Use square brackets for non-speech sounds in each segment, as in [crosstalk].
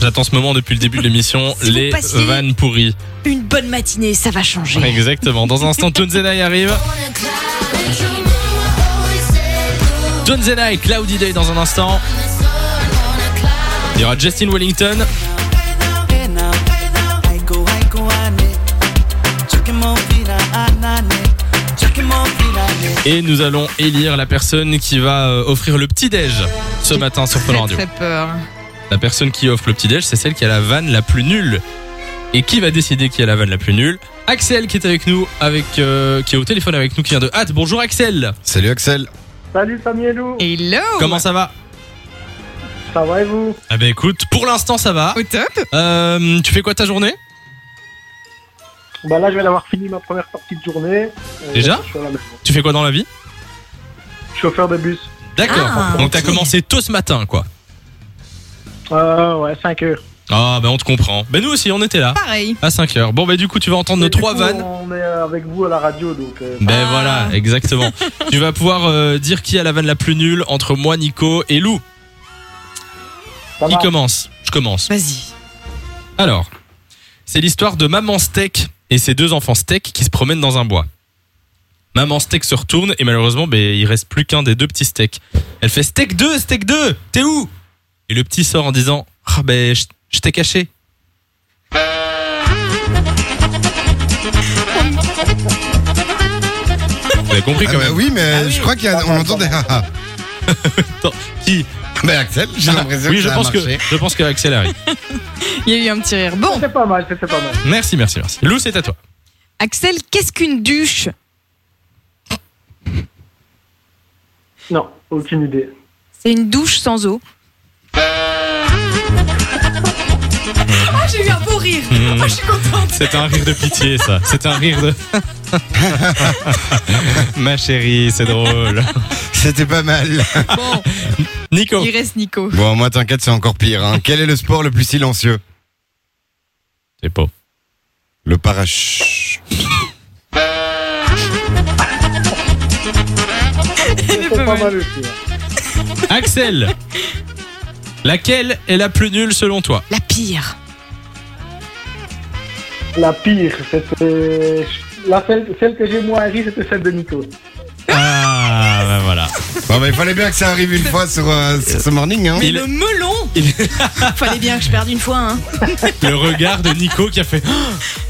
J'attends ce moment depuis le début de l'émission. [laughs] Si vous les passiez- vannes pourries. Une bonne matinée, ça va changer. Exactement. Dans un [laughs] instant, John Zenai arrive. John Zenai et Cloudy Day dans un instant. Il y aura Justin Wellington. Et nous allons élire la personne qui va euh, offrir le petit-déj ce matin sur Fun Très, Radio. très peur. La personne qui offre le petit-déj, c'est celle qui a la vanne la plus nulle. Et qui va décider qui a la vanne la plus nulle Axel qui est avec nous, avec, euh, qui est au téléphone avec nous, qui vient de hâte. Bonjour Axel Salut Axel. Salut Samielou, Hello Oh. Comment ça va ça va et vous Ah bah écoute, pour l'instant ça va. Au top Euh, tu fais quoi ta journée Bah là je vais d'avoir fini ma première partie de journée. Euh, Déjà je suis, à la maison. Tu fais quoi dans la vie Chauffeur de bus. D'accord. Ah, Donc t'as ok. commencé tôt ce matin quoi. Euh, ouais, 5 heures. Ah bah on te comprend. Bah nous aussi on était là. Pareil. À 5h. Bon bah du coup tu vas entendre nos Mais du trois coup, vannes. On est avec vous à la radio donc. euh, Ben Ah. voilà, [laughs] exactement. tu vas pouvoir euh, dire qui a la vanne la plus nulle entre moi, Nico et Lou. ça Qui va. commence Je commence. Vas-y. Alors, c'est l'histoire de maman steak et ses deux enfants steak qui se promènent dans un bois. Maman steak se retourne et malheureusement, ben, il reste plus qu'un des deux petits steaks. Elle fait steak 2, steak 2, t'es où Et le petit sort en disant Ah ben, je je t'ai caché. Vous avez compris Ah quand bah même oui, mais oui. je crois qu'on entend des haha. Qui [laughs] Mais Axel, j'ai l'impression Ah, Oui, que je ça pense a que, marché. je pense que Axel arrive. Il y a eu un petit rire. Bon, C'était pas mal, c'était pas mal. Merci, merci, merci. Lou, c'est à toi. Axel, qu'est-ce qu'une douche Non, aucune idée. C'est une douche sans eau. Oh, Ah, j'ai eu un beau rire. Oh, je suis contente. C'était un rire de pitié, ça. C'était un rire de. [laughs] Ma chérie, c'est drôle. C'était pas mal. [laughs] Bon, Nico. il reste Nico. [laughs] Bon, moi t'inquiète, c'est encore pire. hein. Quel est le sport le plus silencieux C'est pas. Le parachute. est C'était pas pas, mal. mal aussi. hein. Axel. Laquelle est la plus nulle selon toi La pire. La pire, c'était. La celle, celle que j'ai moins ri, c'était celle de Nico. Ah, ben voilà. Bon, bah, il fallait bien que ça arrive une fois sur, euh, sur ce morning. Hein. Mais Il- le melon [laughs] il- Fallait bien que je perde une fois, hein. Le regard de Nico qui a fait. Oh,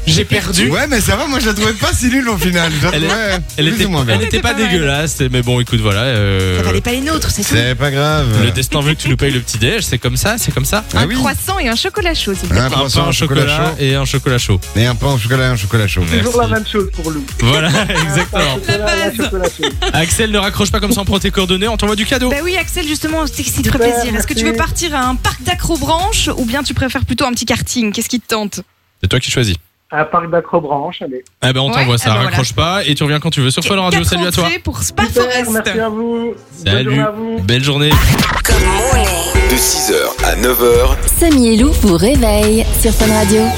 J'ai perdu. Ouais, mais ça va, moi je la trouvais pas si nulle au final. Je la Elle est- trouvais Elle plus était, ou moins bien. elle était pas C'était pas mal. dégueulasse, mais bon, écoute, voilà. euh, Ça valait pas les nôtres, c'est tout. C'est pas grave. le destin veut que tu nous payes le petit déj, c'est comme ça, c'est comme ça. Ah Un oui. croissant et un chocolat chaud, s'il vous plaît. Un Un croissant, pain au un chocolat chocolat chaud et un chocolat chaud. et un pain au chocolat et un chocolat chaud. Merci. Toujours la même chose pour Lou. Voilà, [laughs] exactement. La base. chocolat chaud. Axel, ne raccroche pas comme ça, on prend tes coordonnées, on t'envoie du cadeau. Bah oui, Axel, justement, c'est ce qui te ferait Super, plaisir. Est-ce que tu veux merci. partir à un parc d'acrobranche ou bien tu préfères plutôt un petit karting Qu'est-ce qui te tente C'est toi qui choisis. Un parc d'acrobranche, allez. Eh ben on Ouais, t'envoie ah ça, eh ben raccroche pas et tu reviens quand tu veux sur Fun Radio. Quatre Salut à toi. entrées pour Spa Super, Forest. merci à vous. Bonne Salut. journée à vous. Belle journée. De 6h à 9h, Samy et Lou vous réveille sur Fun Radio.